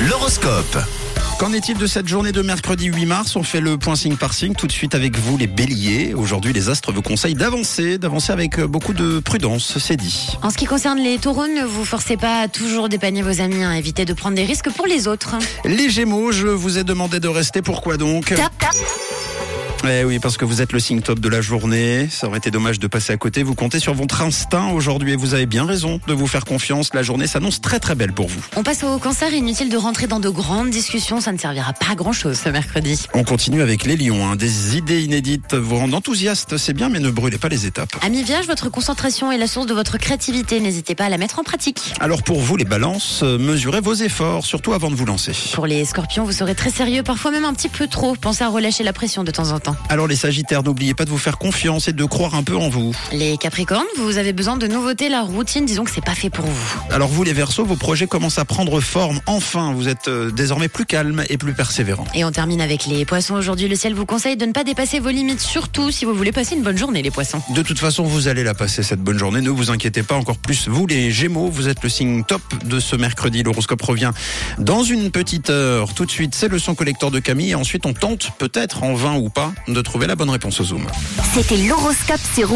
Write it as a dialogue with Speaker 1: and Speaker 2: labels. Speaker 1: L'horoscope.
Speaker 2: Qu'en est-il de cette journée de mercredi 8 mars On fait le point signe par signe tout de suite avec vous les béliers. Aujourd'hui les astres vous conseillent d'avancer, d'avancer avec euh, beaucoup de prudence, c'est dit.
Speaker 3: En ce qui concerne les taureaux, ne vous forcez pas à toujours dépanner vos amis. hein. Évitez de prendre des risques pour les autres.
Speaker 2: Les gémeaux, je vous ai demandé de rester, pourquoi donc
Speaker 3: Tap, tap.
Speaker 2: Eh oui, parce que vous êtes le signe top de la journée, ça aurait été dommage de passer à côté, vous comptez sur votre instinct aujourd'hui et vous avez bien raison de vous faire confiance, la journée s'annonce très très belle pour vous.
Speaker 3: On passe au cancer. Inutile de rentrer dans de grandes discussions. Ça ne servira pas à grand chose ce mercredi.
Speaker 2: On continue avec les lions, hein. des idées inédites vous rendent enthousiaste, c'est bien mais ne brûlez pas les étapes.
Speaker 3: Amis vierge, votre concentration est la source de votre créativité. N'hésitez pas à la mettre en pratique.
Speaker 2: Alors pour vous les balances, euh, mesurez vos efforts, surtout avant de vous lancer.
Speaker 3: Pour les scorpions, vous serez très sérieux, parfois même un petit peu trop. Pensez à relâcher la pression de temps en temps.
Speaker 2: Alors les Sagittaires, n'oubliez pas de vous faire confiance et de croire un peu en vous.
Speaker 3: Les capricornes, vous avez besoin de nouveautés. La routine, disons que c'est pas fait pour vous.
Speaker 2: Alors vous les Verseaux, vos projets commencent à prendre forme. Enfin, vous êtes euh, désormais plus calme et plus persévérant.
Speaker 3: Et on termine avec les poissons. Aujourd'hui, le ciel vous conseille de ne pas dépasser vos limites, surtout si vous voulez passer une bonne journée, les poissons.
Speaker 2: De toute façon, vous allez la passer cette bonne journée. Ne vous inquiétez pas encore plus. Vous les Gémeaux, vous êtes le signe top de ce mercredi. L'horoscope revient dans une petite heure. Tout de suite, c'est le son collecteur de Camille. Et ensuite, on tente peut-être en vain ou pas de trouver la bonne réponse au Zoom.
Speaker 4: C'était l'horoscope sur